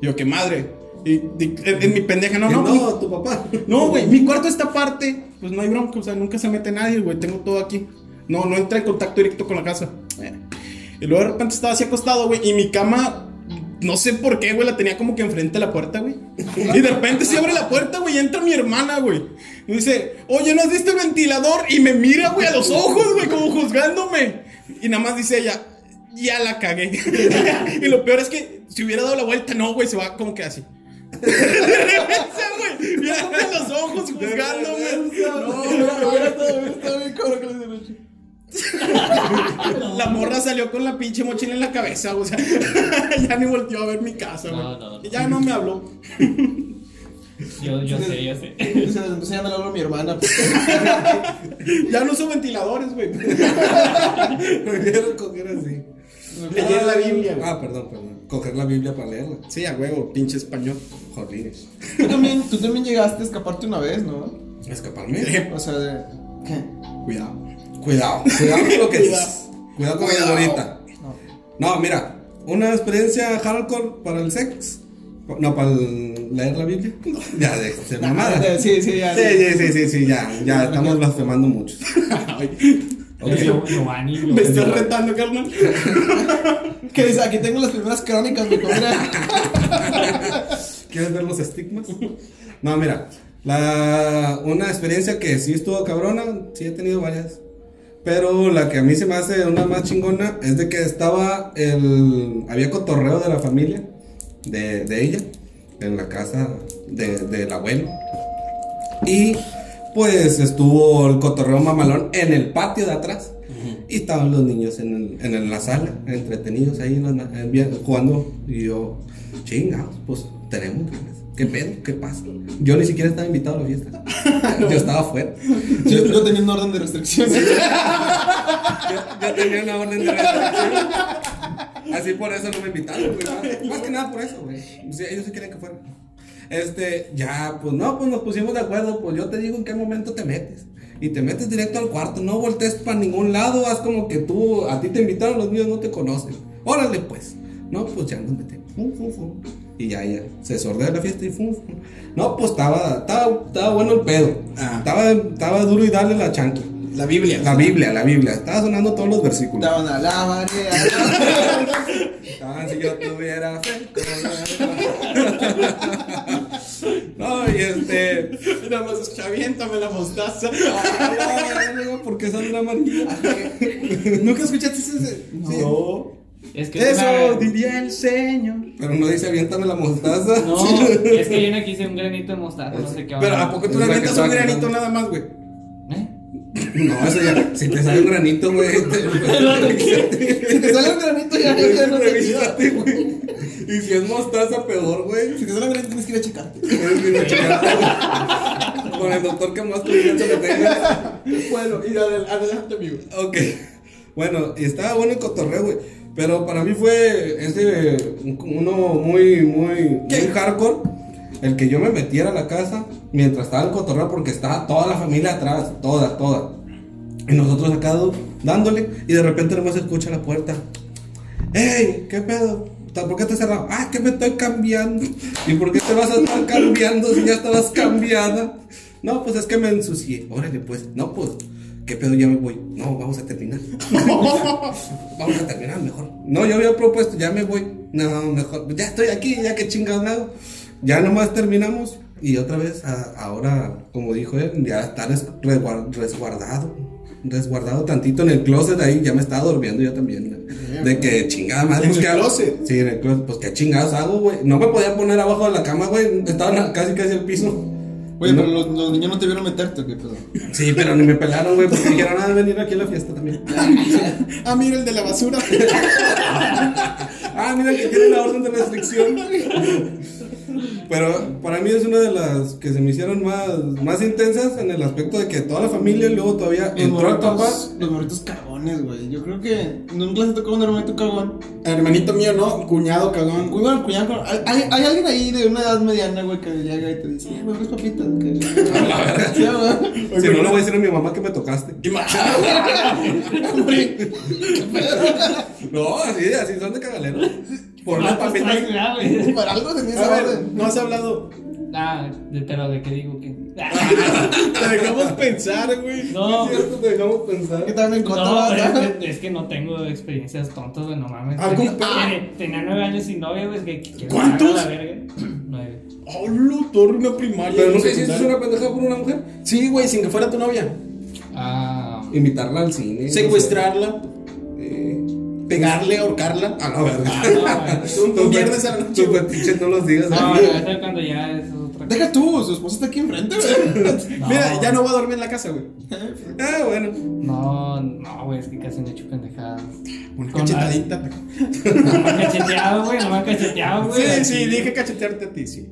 Y yo, qué madre. Y, y- en, en mi pendeja, no,
No,
no, pues,
tu papá.
no, güey, mi cuarto está aparte. Pues no hay bronca, o sea, nunca se mete nadie, güey. Tengo todo aquí. No, no entra en contacto directo con la casa. Eh. Y luego de repente estaba así acostado, güey. Y mi cama, no sé por qué, güey, la tenía como que enfrente de la puerta, güey. Y de repente se abre la puerta, güey, y entra mi hermana, güey. Y dice, oye, ¿no has visto el ventilador? Y me mira, güey, a los ojos, güey, como juzgándome. Y nada más dice ella, ya la cagué. *laughs* y lo peor es que si hubiera dado la vuelta, no, güey, se va como que así. *laughs* De repente, güey, mirándome a los ojos, juzgándome. La morra salió con la pinche mochila en la cabeza, o sea, *laughs* ya ni volteó a ver mi casa, güey.
No, no, no.
Ya no me habló.
Yo, yo sé, yo sé.
Se les empecé a dar a
*laughs*
mi hermana.
Ya no uso ventiladores, güey.
Me vieron coger así.
Leí en la Biblia, güey.
Ah, perdón, perdón. Coger la Biblia para leerla.
Sí, a huevo, pinche español.
Jolines.
Tú también, tú también llegaste a escaparte una vez, ¿no? *laughs*
Escaparme.
O sea, de- ¿qué?
*laughs* Cuidado.
Cuidado. Cuidado con lo que
Cuidado.
dices. Cuidado con
Cuidado.
la ahorita.
No.
No, mira. Una experiencia hardcore para el sex. No, para el- leer la Biblia. *laughs* Ya, de, de mamada.
Eh,
Sí,
Sí, sí, ya.
sí, sí, sí, sí, ya, ya estamos blasfemando mucho. *laughs* Ok.
Yo- Giovanni,
*laughs* Me estás
Giovanni.
retando, carnal.
Que dice, aquí tengo las primeras crónicas, mi comida.
¿Quieres ver los estigmas? No, mira, la, una experiencia que sí estuvo cabrona, sí he tenido varias, pero la que a mí se me hace una más chingona es de que estaba el, había cotorreo de la familia, de, de ella, en la casa de- del abuelo, y pues estuvo el cotorreo mamalón en el patio de atrás. Y estaban los niños en, el- en, el- la sala, entretenidos ahí en la- en- bien- jugando. Y yo, chingados, pues tenemos ganas. ¿Qué pedo? ¿Qué pasa? Yo ni siquiera estaba invitado a la fiesta. Yo estaba afuera.
Yo, yo tenía un orden de restricciones.
Yo tenía una orden de restricción. Así por eso no me invitaron, güey. ¿no? Más que nada por eso, güey. Sí, ellos sí querían que fuera. Este, ya, pues no, pues nos pusimos de acuerdo. Pues yo te digo en qué momento te metes. Y te metes directo al cuarto. No voltees para ningún lado. Haz como que tú, a ti te invitaron, los míos no te conocen. Órale, pues. No, pues ya nos metemos. Fum, fum, fum. Y ya, ya. Se sordea la fiesta y fum, fum. No, pues estaba, estaba, estaba bueno el pedo.
Ah.
Estaba, estaba duro y darle la chancla.
La Biblia.
La Biblia, la Biblia. Estaba sonando todos los versículos.
*laughs* Daban a la marea.
Tan si yo tuviera fe. como- *laughs* No, y este. *laughs*
Nada más eschaviéntame la mostaza.
¿Por qué son una manilla?
¿Nunca escuchaste ese?
No.
Es que es
Eso
una-
diría el Señor.
Pero no dice aviéntame la mostaza.
No, es que yo no quise un granito de mostaza, no sé qué.
Pero
onda.
¿a poco
Es
tú le
la que
avientas
estaba
un granito
cantando.
nada más, güey?
¿Eh?
No, eso ya. Si te sale un granito, güey. te-
Si te sale un granito, ya, ya no te ayuda.
Revísate, güey. Y si es mostaza, peor, güey.
Si te sale un granito, tienes que ir a checarte.
Puedes ir a checar Con el doctor que más confianza le tengas.
Bueno, y adel- adelante, amigo.
Ok. Bueno, y estaba bueno el cotorreo, güey. Pero para mí fue ese un- uno muy, muy, muy hardcore. El que yo me metiera a la casa mientras estaba el cotorreo porque estaba toda la familia atrás, toda, toda. Y nosotros acá do- dándole y de repente nomás se escucha la puerta. ¡Ey! ¿Qué pedo? ¿Ta- ¿Por qué te cerrado? Ah, que me estoy cambiando. ¿Y por qué te vas a estar cambiando si ya estabas cambiada? No, pues es que me ensucié. Órale, pues. No, pues. ¿Qué pedo? Ya me voy. No, vamos a terminar. Vamos a terminar mejor. No, yo había propuesto, ya me voy. No, mejor. Ya estoy aquí, ya que chingados me hago. Ya nomás terminamos. Y otra vez, a- ahora, como dijo él, ya está res- resguar- resguardado. Resguardado tantito en el closet ahí, ya me estaba durmiendo yo también. De que chingada madre.
¿En
pues,
el
¿qué hago?
closet?
Sí, en el closet. Pues qué chingados hago, güey. No me podía poner abajo de la cama, güey. Estaba en la- casi casi el piso.
Oye, pero los, los niños no te vieron meterte, ¿o ¿qué pedo?
Sí, pero ni me pelaron, güey, porque dijeron, ah, venir aquí a la fiesta también.
Ah, mira el de la basura.
Ah, mira que tiene la orden de restricción. Pero para mí es una de las que se me hicieron más, más intensas en el aspecto de que toda la familia y luego todavía
Los
entró el papá.
morritos, los morritos cagones, güey. Yo creo que nunca les tocó un hermanito cagón.
Hermanito mío, no, cuñado, cagón.
Güey, bueno, cuñado, cagón. hay, hay- hay alguien ahí de una edad mediana, güey, que llega y te dice, "Eh, güey, unas papitas. que-".
*laughs*
Sí, güey.
Si no, le voy a decir a mi mamá que me tocaste. No, así, así son de cagalero. Por
Ah,
la
pues,
papita.
traes, ¿verdad, güey?
Para algo tenía
A
esa
ver,
orden.
no has hablado.
Ah, de- pero de qué digo que. Ah,
Ah, Te dejamos pensar, güey.
No,
Es cierto, te dejamos pensar.
Que también en contra,
No, eh.
¿verdad?
es, que- es que no tengo experiencias tontas, güey, no mames.
Ah, ¿cómo?
Tenía- eh, tenía nueve años sin novia, güey. es que- que- que-
¿Cuántos?
la verga. Nueve.
Hola, torre una primaria.
Pero nunca
una
hiciste
secundaria.
una pendeja por una mujer.
Sí, güey, sin que fuera tu novia.
Ah,
Invitarla al cine. no sé.
Secuestrarla,
Eh,
pegarle, ahorcarla. Ah,
A la verga.
Ah, no, güey.
Un un viernes a la noche. Ah.
Tus
güey.
fetiches no los digas.
No,
¿eh?
no, eso es cuando ya es otra cosa.
Deja tú, su esposa está aquí enfrente, güey.
Mira, ya no va a dormir en la casa, güey.
Ah, bueno.
No, no, güey, es que casi me hecho pendejadas.
Una
Con la- *laughs*
cachetadita.
No me han cacheteado, güey, no me han cacheteado,
Sí,
güey.
sí, dije cachetearte a ti, sí.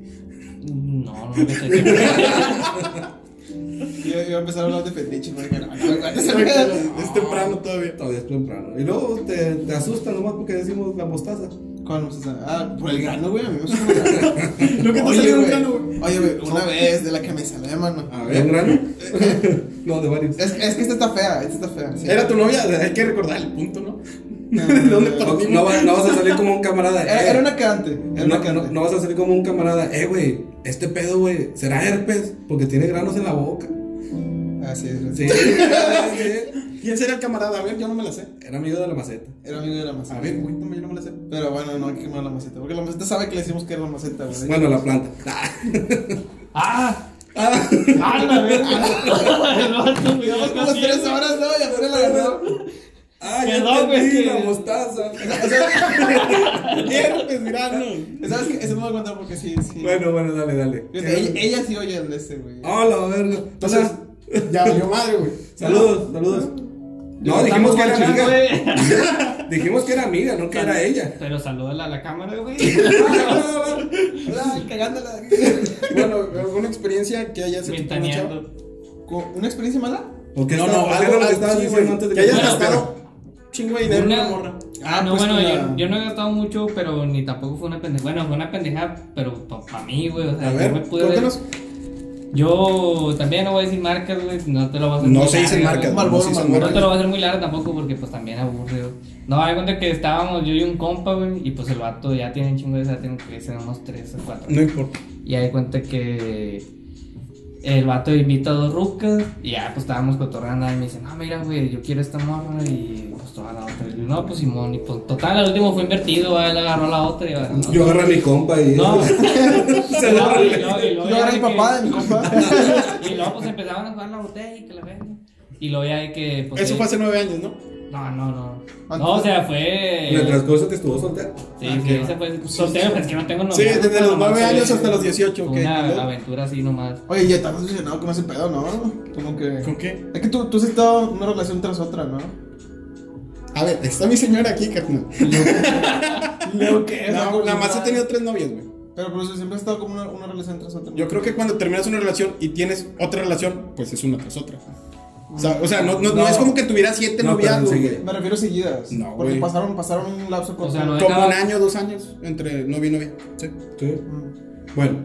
No, no me han cacheteado.
Yo iba a empezar a hablar de fetiche,
*laughs*
porque no, no, no, se me queda-
Es temprano todavía.
Todavía es temprano. Y luego te, te asustan nomás porque decimos la mostaza.
¿Cuál vamos a hacer? Ah, por el grano, güey. A mí
*laughs*
me gusta el grano.
Lo que te
Oye,
salió un
güey.
grano, güey.
Oye, güey, una vez de la que me salvé, mano.
A ver. ¿De un grano? no, de varios.
Es, es que esta está fea, esta está fea. sí.
Era tu novia, hay que recordar el punto, ¿no? *laughs*
No,
¿De dónde
no,
No,
partimos?
no va- no vas a salir como un camarada.
Era,
eh.
era una cante, era
no,
una cante.
no- no vas a salir como un camarada. Eh, güey, este pedo, güey, será herpes porque tiene granos en la boca.
Así es, así
Sí.
es.
sí.
¿Quién será el camarada? A ver, yo no me la sé.
Era amigo de la maceta.
Era amigo de la
A
maceta.
ver, cuéntame, yo no me la sé.
Pero bueno, no hay que quemar la maceta. Porque la maceta sabe que le decimos que era la maceta, güey.
Bueno, la planta.
¡Ah! ¡Ah, la verga!
*laughs*
El vato, güey,
Llevamos como
casi-
tres horas, ¿no? Ya fue la verdad.
Ah,
Perdón,
ya
güey,
entendí,
es que-
la mostaza.
Herpes, grano.
¿Sabes qué? Eso no me voy a contar porque sí, sí.
Bueno, Ah. bueno, dale, dale.
Fíjate, ella, ella sí oye el de ese, güey.
Hola, verga.
Entonces,
Hola.
ya valió madre, güey.
Saludos, saludos. No, dijimos
Estamos
que era
manchando,
amiga.
güey.
Dijimos que era amiga, no que era *laughs* ella.
Pero salúdala a la cámara,
*laughs*
güey.
Hola, cagándola.
Bueno, ¿alguna experiencia que hayas hecho con una chava?
Ventaneando.
¿Con ¿Una experiencia mala?
¿O que
No,
estaba-
no,
o que
algo
era lo que
algo-
estabas
sí,
diciendo
güey,
antes de
Que hayas
me
gastado chingo de dinero en una morra.
Ah, no,
pues
bueno,
con
yo,
la-
yo no he gastado mucho, pero ni tampoco fue una pendeja. Bueno, fue una pendeja, pero para mí, güey. O sea,
A
yo
ver,
me pude ver-
cuéntanos.
Yo también no voy a decir marcas, güey. No te lo voy a hacer
No
muy
se dicen
larga,
marcas,
güey.
no se dicen
No te lo
marcas.
voy a hacer muy largo tampoco porque pues también aburrido. No, hay cuenta que estábamos yo y un compa, güey, y pues el vato ya tiene un chingo de esa, tiene que ser unos 3 o 4.
No importa.
Y hay cuenta que el vato invita a dos rucas y ya pues estábamos cotorreando y me dice, no, mira, güey, yo quiero esta morra y pues toda la otra. Y yo, no, pues Simón, y pues total, al último fue invertido, va, él agarró a la otra y va, no.
Yo agarré a mi compa y.
*laughs* No.
Se lo
No, y luego- y
Yo
luego
era el
ya de que-
papá de mi compa.
*laughs* y luego pues empezaban a jugar la botella y que la verga. Y luego ya de que. Pues,
Eso
eh,
fue hace nueve años, ¿no?
No, no, no.
Antes-
No, o sea, fue.
En el transcurso que estuvo soltero.
Sí,
Ah,
sí,
ok.
ese fue soltero, pues que no tengo novia.
Sí, desde los
nomás
9
fue-
años hasta los 18,
fue
ok,
Una
¿no?
aventura así nomás.
Oye, ya estás obsesionado con ese pedo, ¿no? Como que.
¿Con qué?
Es que tú, tú has estado en una relación tras otra, ¿no?
A ver, está mi señora aquí, carnal.
Lo que
No, Nada más he tenido tres novias, güey.
Pero por eso siempre has estado como una, una relación tras otra. ¿no?
Yo creo que cuando terminas una relación y tienes otra relación, pues es una tras otra. O sea, o sea, no, no- no
No.
es como que tuvieras siete
No, pero
noviazgos,
enseguida.
güey.
Me refiero seguidas.
No,
Porque
güey.
pasaron, pasaron un lapso corto.
O sea, no es-
Como
Cada-
un año, dos años entre novia y novia. Sí,
Sí.
Mm.
Bueno,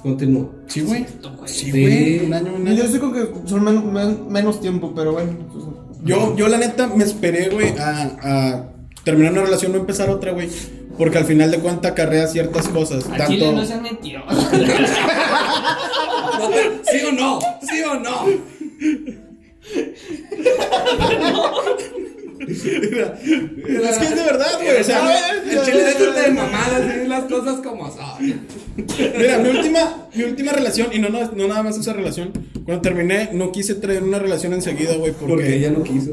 continúo.
sí güey.
güey.
Sí,
Sí.
güey. Un año, un
Yo
año.
sé con que son men- men- menos tiempo, pero bueno. pues,
Yo, yo la neta me esperé, güey, a, a terminar una relación, no empezar otra, güey. Porque al final de cuentas acarrea ciertas cosas.
A
tanto...
Chile no seas mentiroso.
¿Sí o no? ¿Sí o no?
Es que es de verdad, güey. O sea,
El chile déjate de mamadas, decir las cosas como son.
Mira, mi última, mi última relación, y no, no, no nada más esa relación, cuando terminé, no quise traer una relación enseguida, güey, porque,
Porque ella no quiso.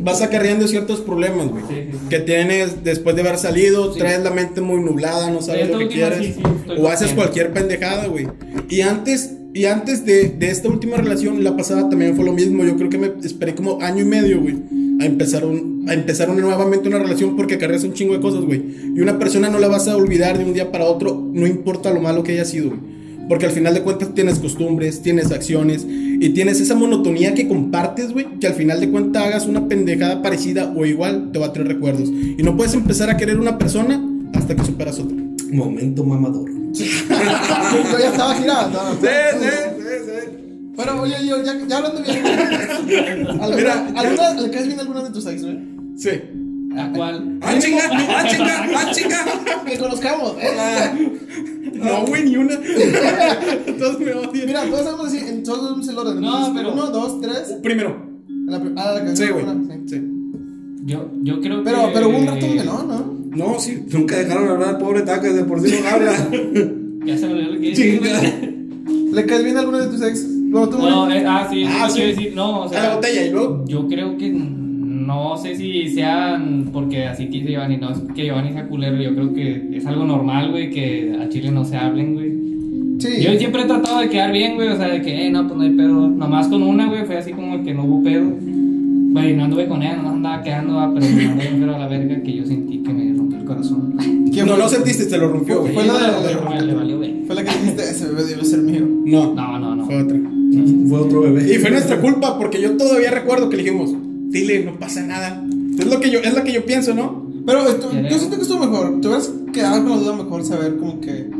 vas acarreando ciertos problemas, güey.
Sí, sí, sí.
Que tienes después de haber salido,
Sí.
traes la mente muy nublada, no sabes
Esta
lo que
última
quieres.
sí, sí, estoy
o haces
consciente.
cualquier pendejada, güey. Y antes Y antes de, de esta última relación, la pasada también fue lo mismo. Yo creo que me esperé como año y medio, güey, a empezar, un, a empezar una- nuevamente una relación porque acarreas un chingo de cosas, güey. Y una persona no la vas a olvidar de un día para otro, no importa lo malo que haya sido, güey. Porque al final de cuentas tienes costumbres, tienes acciones y tienes esa monotonía que compartes, güey, que al final de cuentas hagas una pendejada parecida o igual te va a traer recuerdos. Y no puedes empezar a querer una persona hasta que superas otra.
Momento mamador.
Yo ya estaba girado. ¿no?
Sí, sí, sí,
Bueno, oye, yo, ya, ya hablando bien. ¿Alguna,
Mira.
alguna- ¿Le caes bien a alguna de tus ex, güey?
Sí.
¿A cuál?
¡Ah, chinga! ¡Ah, chinga! ¡Ah, chinga!
Que conozcamos, ¿eh?
Ah,
No, güey, ni una. Todos me odian.
Mira, todos vamos así, en todos vamos el orden.
No,
Entonces,
pero-
Uno, dos, tres.
Primero.
La prim- ah, la que
Sí, güey.
una, sí.
Sí.
Yo, yo creo
Pero,
que.
pero hubo un rato que no, ¿no?
No, sí, nunca dejaron hablar al pobre taca, de por sí no habla. *laughs*
Ya se me olvidó lo que dije.
Chinga.
¿Le caes bien a alguna de tus ex? Bueno, tú,
*laughs* No,
güey.
eh, ah, sí,
Ah,
ah,
sí.
decir, no, o
A
sea.
la botella y luego.
Yo creo que no sé si sean porque así que dice Giovanni, no es que Giovanni sea culero, yo creo que es algo normal, güey, que a Chile no se hablen, güey.
Sí.
Yo siempre he tratado de quedar bien, güey, o sea, de que, eh, no, pues no hay pedo. Nomás con una, güey, fue así como que no hubo pedo. Güey, no anduve con ella, nomás andaba quedando, ah, pero me mandó bien, pero a la verga que yo sentí que me rompió el corazón.
¿Quién
No
fue?
lo sentiste, te lo rompió, güey.
Fue la de-
Pero me- le valió, güey.
Fue la que dijiste, ese bebé debe ser mío.
No.
No, no, no.
Fue otra.
Fue otro bebé.
Y fue nuestra culpa porque yo todavía recuerdo que le dijimos, dile, no pasa nada. Es lo que yo, es lo que yo pienso, ¿no?
Pero esto-
Ya, ya.
yo siento que estuvo mejor. Te hubieras quedado con la duda mejor saber como que.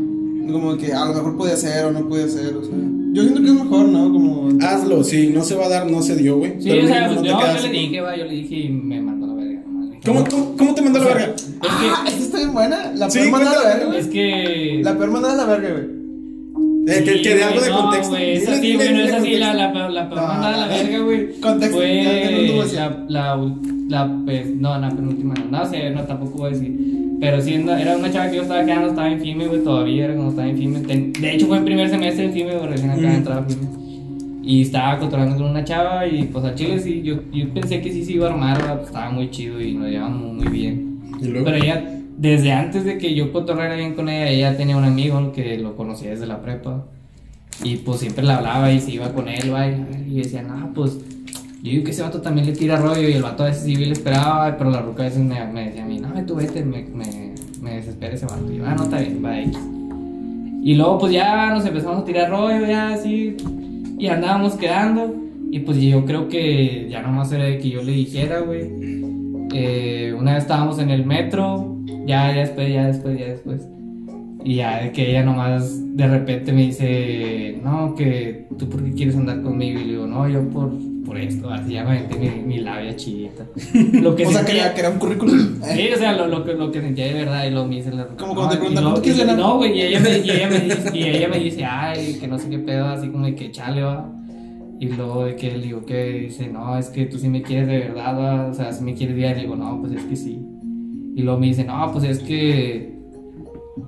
Como que a lo mejor podía ser o no podía ser. O sea. Yo siento que es mejor, ¿no? Como.
Hazlo, sí, no se va a dar, no se dio, güey.
Sí,
Pero
o sea,
mínimo
yo,
no te
yo
quedas
le
con-
dije, va, yo le dije y me mandó a la verga, nomás. le dije,
¿Cómo,
no.
cómo, cómo te mandó la verga?
Ah,
Es
esta está bien buena. La
Sí,
peor mandada a la verga,
que.
güey.
Es que
La peor mandada a la verga, güey.
Eh, que, que de algo de
no,
contexto.
Güey, esa
Dile,
sí,
dile,
güey, no
dile
es así, la,
contexto. Ah,
la, la, la
No,
mandada a la verga, güey.
Contexto, ya, ya no tuvo
Fue
así.
la, la, ul- la, pues, no, la penúltima, no, no sé, no, tampoco voy a decir. Pero sí, no, era una chava que yo estaba quedando, estaba en FIME, güey, todavía era cuando estaba en FIME. Ten- de hecho, fue en primer semestre en FIME, güey, recién acá
Mm.
de entrar a FIME. Y estaba cotorreando con una chava y, pues, al chile sí, yo, yo pensé que sí se iba a armar, güey, pues, estaba muy chido y nos llevábamos muy bien.
Y luego,
Pero ella, desde antes de que yo cotorreara bien con ella, ella tenía un amigo que lo conocía desde la prepa. Y pues siempre le hablaba y se iba con él, va, y, y decía, no, pues yo digo que ese vato también le tira rollo. Y el vato a veces sí le esperaba, pero la ruca a veces me, me decía a mí, no, tú vete, me, me, me desespera ese vato. Y yo, ah, no, está bien, va, X". Y luego pues ya nos empezamos a tirar rollo, ya así. Y andábamos quedando. Y pues yo creo que ya nomás era de que yo le dijera, güey. Eh, una vez estábamos en el metro, ya, ya después, ya después, ya después. Y ya de que ella nomás de repente me dice, no, que tú por qué quieres andar conmigo. Y le digo, no, yo por, por esto, así ya me metí mi, mi
*laughs*
labia chillita. Lo que Eh.
o sea, que
sentía-
era, que era un
*clears throat*
currículum.
Sí, o sea, lo, lo, que, lo que sentía de verdad y lo me hice la
Como cuando te
y
preguntan,
luego-
¿cuánto quieres
y-
ganar?
No, güey, y ella, me, y,
*laughs*
ella me dice, y ella me dice, ay, que no sé qué pedo, así como de que chale, va. Y luego de que le digo que dice, no, es que tú sí me quieres de verdad, va, o sea, si me quieres bien. Y digo, no, pues es que sí. Y luego me dice, no, pues es que.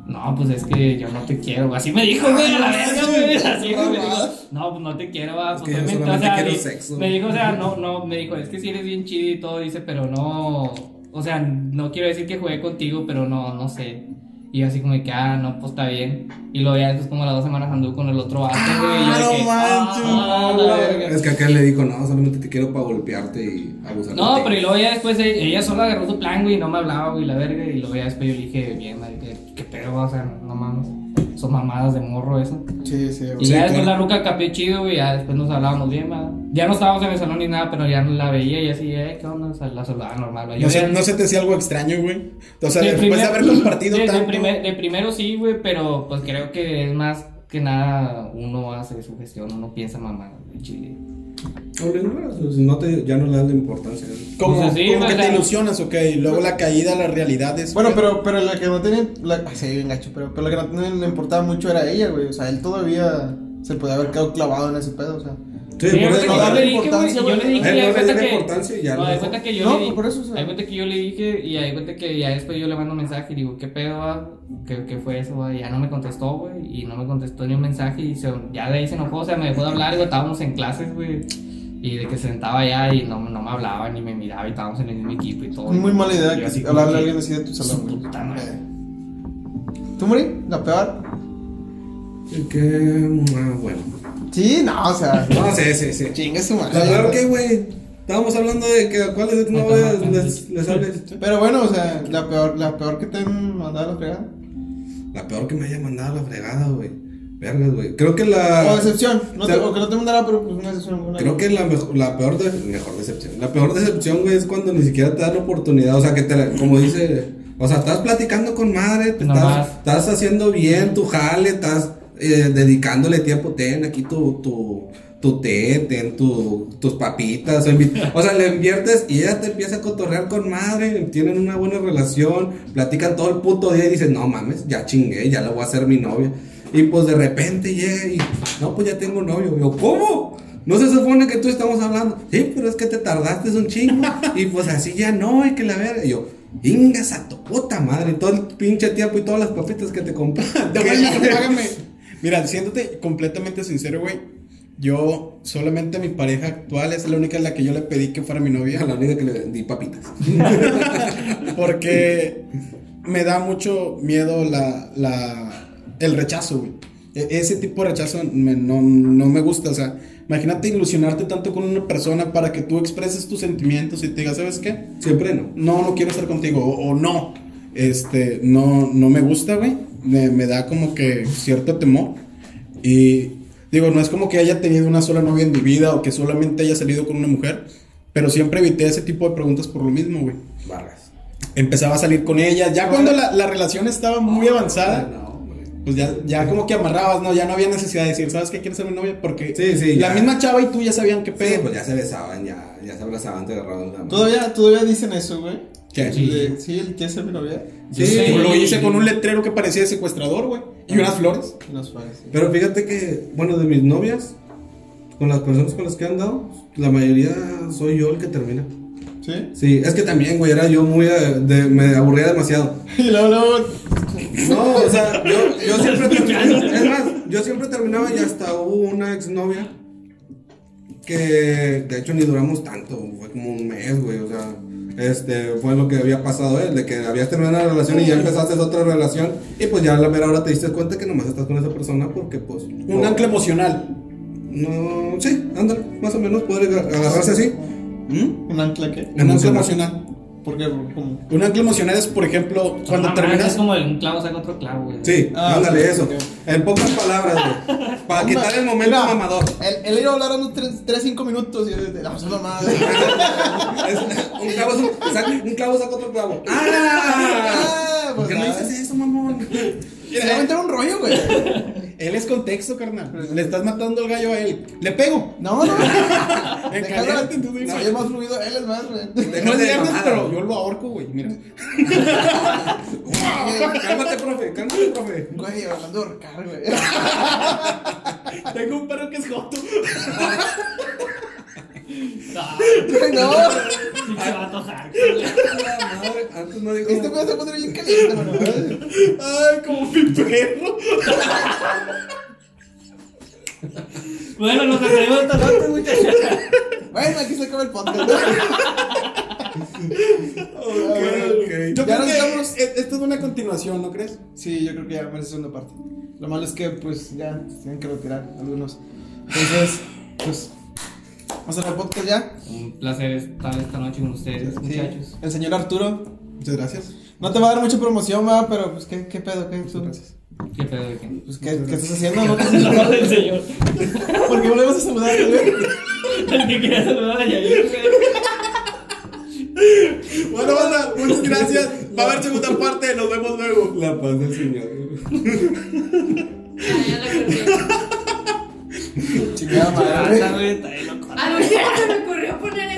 No, pues es que yo no te quiero, güey. Así me dijo, güey, a la
*laughs*
verga, güey. Así güey, me dijo, no, pues no te quiero, va.
Es
Pues
que yo
obviamente,
solamente quiero
di-
sexo.
Me dijo, o sea, no, no, me dijo, es que si eres bien chido y todo, dice, pero no. O sea, no quiero decir que jugué contigo, pero no, no sé. Y yo así como de que, ah, no, pues está bien. Y luego ya después como a las dos semanas anduve con el otro vato, güey. y yo de
no
que,
manches,
ah,
no,
la
güey.
verga.
Es que aquel le dijo, no, solamente te quiero para golpearte y abusar
No,
de ti".
pero y luego ya después eh, ella sola agarró su plan, güey, y no me hablaba, güey, la verga. Y luego ya después yo le dije, bien, marica, qué pedo, o sea, no mames. Son mamadas de morro eso.
Sí, sí, güey.
Y
Sí,
ya después
claro.
la ruca capió chido, güey, ya después nos hablábamos bien, ma. Ya no estábamos en el salón ni nada, pero ya la veía y así, eh, ¿qué onda? O sea, la saludaba normal, güey. Yo
no, se,
ya-
no se te hacía algo extraño, güey. O sea,
de
después
primer-
de haber
*laughs*
compartido
de- de
tanto.
primer- de primero sí, güey, pero pues creo que es más que nada uno hace su gestión, uno piensa mamá, chile.
No, le digo, "Bueno, pues, no te, ya no le das la importancia.
Como,
Pues así,
como
o
que
sea-
te ilusionas, ok. Y luego la caída, las realidades.
Bueno,
güey.
pero, pero la que no tenía. La, ay, sí, bien gacho, pero, pero la que no tenía- le importaba mucho era ella, güey. O sea, él todavía se podía haber quedado clavado en ese pedo, o sea.
Sí,
Sí,
por
porque
eso,
yo
darle
le dije, güey,
importancia,
yo le
güey.
Él
dije, y
no
hay
le
cuenta
dio
que-
importancia y ya
No,
lo
hay
dejó.
cuenta que yo
No,
le di-
por eso, o sea.
hay cuenta que yo le dije y hay cuenta que ya después yo le mando un mensaje y digo, ¿qué pedo? va? ¿Qué, qué fue eso? va?" Y ya no me contestó, güey, y no me contestó ni un mensaje y se- ya de ahí se enojó, o sea, me dejó de hablar, güey, estábamos en clases, güey. Y de que se sentaba allá y no, no me hablaba ni me miraba y estábamos en el mismo equipo y todo.
Muy mala idea
Yo así
que
como
hablarle a
que,
alguien así de tu
"Su
salón, güey.
puta madre".
¿Tú, Mori? La peor.
Y que, ah, bueno.
Sí, no, o sea.
No, sí, sí, sí.
*laughs* Chinga su madre.
Claro que, güey. Estábamos hablando de que a cuáles de tus novias les, les hables.
Pero bueno, o sea, la peor, la peor que te han mandado a la fregada.
La peor que me haya mandado a la fregada, güey. Vergas, güey. Creo que la.
O decepción. No
Ah, Te-
te- o que no te mandará, pero pues una decepción. Una
Creo que la, mejo- la peor, de- mejor decepción. La peor decepción, güey, es cuando ni siquiera te dan la oportunidad. O sea, que te, la- como dice, o sea, estás platicando con madre, te estás,
Nomás.
estás haciendo bien tu jale, estás eh, dedicándole tiempo. Ten aquí tu, tu, tu té, ten tu- tus papitas. O, invi- o sea, le inviertes y ella te empieza a cotorrear con madre. Tienen una buena relación, platican todo el puto día y dices, no mames, ya chingué, ya la voy a hacer mi novia. Y pues de repente llega y, no, pues ya tengo novio. Yo, ¿cómo? No se supone que tú estamos hablando. Sí, pero es que te tardaste un chingo. Y pues así ya no, hay que la verga. Y yo, ingas a tu puta madre. Todo el pinche tiempo y todas las papitas que te compré.
Güey,
*laughs*
*laughs*
págame. Mira, siéndote completamente sincero, güey. Yo, solamente mi pareja actual es la única en la que yo le pedí que fuera mi
A
novia.
la única que le di papitas.
Porque me da mucho miedo la, la- el rechazo, güey. E- Ese tipo de rechazo me- no, no me gusta. O sea, imagínate ilusionarte tanto con una persona para que tú expreses tus sentimientos y te diga, ¿sabes qué?
Siempre no.
no, no quiero estar contigo, o, o no, este, no, no me gusta, güey, me, me da como que cierto temor, y digo, no es como que haya tenido una sola novia en mi vida, o que solamente haya salido con una mujer, pero siempre evité ese tipo de preguntas por lo mismo, güey,
Barras.
empezaba a salir con ella, ya cuando la, la relación estaba muy avanzada,
Ah, No, güey.
pues ya, ya como que amarrabas, no, ya no había necesidad de decir, ¿sabes qué quieres ser mi novia? Porque
Sí, sí,
la
ya.
misma chava y tú ya sabían qué
Sí,
pedo.
pues ya se besaban, ya, ya se abrazaban, te agarraban la mano.
Todavía, todavía dicen eso, güey.
¿Qué?
Sí.
De- Sí, el que ser mi novia.
Sí,
Sí.
Lo hice con un letrero que parecía de secuestrador, güey, y unas flores.
Nos parece.
Pero fíjate que, bueno, de mis novias, con las personas con las que he andado, la mayoría soy yo el que termina.
¿Sí? *laughs*
Sí, es que también, güey, era yo muy. eh, de- me aburría demasiado.
Y luego, luego.
No, o sea, yo, yo siempre terminaba. Es más, yo siempre terminaba y hasta hubo una exnovia que, de hecho, ni duramos tanto. Fue como un mes, güey, o sea. Este, fue lo que había pasado, ¿eh? De que habías terminado una relación y ya empezaste otra relación. Y pues ya a la mera hora te diste cuenta que nomás estás con esa persona porque, pues.
Un
no-
ancla emocional.
No, sí, ándale, más o menos poder agar- agarrarse así.
¿Mm?
¿Un ancla qué?
Un ancla
Emocional.
emocional.
¿Por qué? ¿Por- ¿Cómo?
Un ancla emocional es, por ejemplo, cuando
Ah, Es
terminas.
como un clavo saca otro clavo, güey. *laughs*
Sí,
Ah,
ándale,
ok,
eso.
ok.
En pocas palabras, güey. Para quitar el momento
Mira,
mamador.
Él, él iba a hablar unos 3-5 minutos y yo de "Ah, la puta madre.
Es- un, clavo, saca, un clavo saca otro clavo. ¡Ah!
Ah,
¿Por qué no
nada.
dices eso, mamón?
Se va a meter un rollo, güey.
Él es contexto, carnal. Le estás matando el gallo a él. Le pego.
No, no.
En
Déjalo.
caliente, tú dime.
No, yo es más fluido, él es más, güey.
No es
Déjate de
viernes,
mamada.
pero yo lo ahorco, güey. Mira.
Cálmate, profe, cálmate, profe.
Güey, hablando de ahorcar, güey.
Tengo un perro que es joto.
Ah,
Güey, no.
pinche vato hack.
La madre, Antes no dijo.
Este pedo se pone bien caliente, güey.
Ay, como mi perro.
Bueno, nos atrevimos hasta tanto,
*laughs*
muchachos.
Bueno, aquí se acaba el podcast.
Ok, ok.
Yo
Ya
creo
nos
que
estamos-
e- esto es una continuación, ¿no crees?
Sí, yo creo que ya merece segunda parte. Lo malo es que, pues, ya se tienen que retirar algunos. Entonces, pues, vamos a hacer el podcast ya.
Un placer estar esta noche con ustedes, muchachos.
El señor Arturo.
Muchas gracias.
No te va a dar mucha promoción, va, pero, pues, ¿qué, qué pedo? ¿Qué, tú-
¿Qué pedo de *laughs* qué?
Pues, ¿qué, ¿qué estás haciendo? ¿No? *laughs*
La voz del señor.
Porque volvemos a saludar, güey.
El que quería saludar a Yair, güey.
Bueno, banda, muchas gracias. Va a haber segunda parte. Nos vemos luego.
La paz del Señor.
Ah, ya la acordé.
Chingada madre.
Ah, güey, está ahí loco.
Ah, no, ya se me